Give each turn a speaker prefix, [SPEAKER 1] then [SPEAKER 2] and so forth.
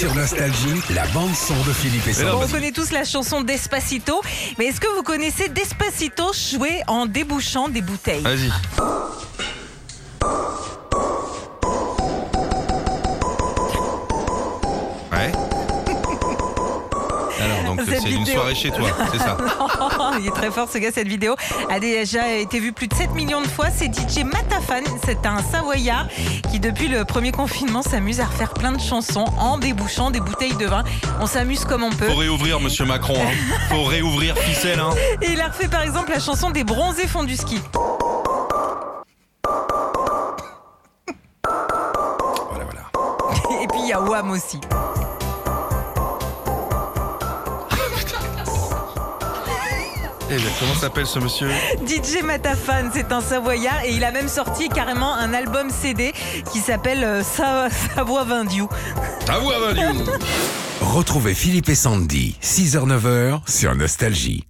[SPEAKER 1] Sur Nostalgie, la bande-son de Philippe et
[SPEAKER 2] non,
[SPEAKER 1] Sandy.
[SPEAKER 2] On connaît tous la chanson Despacito, mais est-ce que vous connaissez Despacito joué en débouchant des bouteilles
[SPEAKER 3] Vas-y. Ouais. Alors, donc,
[SPEAKER 2] Cette
[SPEAKER 3] c'est une
[SPEAKER 2] vidéo.
[SPEAKER 3] soirée chez toi, c'est ça
[SPEAKER 2] Il est très fort ce gars, cette vidéo a déjà été vue plus de 7 millions de fois. C'est DJ Matafan, c'est un Savoyard qui depuis le premier confinement s'amuse à refaire plein de chansons en débouchant des bouteilles de vin. On s'amuse comme on peut.
[SPEAKER 3] Faut réouvrir, monsieur Macron. Hein. Faut réouvrir, ficelle. Hein.
[SPEAKER 2] Et il a refait par exemple la chanson des bronzés font du ski.
[SPEAKER 1] Voilà, voilà.
[SPEAKER 2] Et puis il y a Wham aussi.
[SPEAKER 3] Eh bien, comment s'appelle ce monsieur
[SPEAKER 2] DJ Matafan, c'est un Savoyard et il a même sorti carrément un album CD qui s'appelle euh, Sa- Savoie Vindiou.
[SPEAKER 3] À vous, Avenue
[SPEAKER 1] Retrouvez Philippe et Sandy, 6h-9h, sur Nostalgie.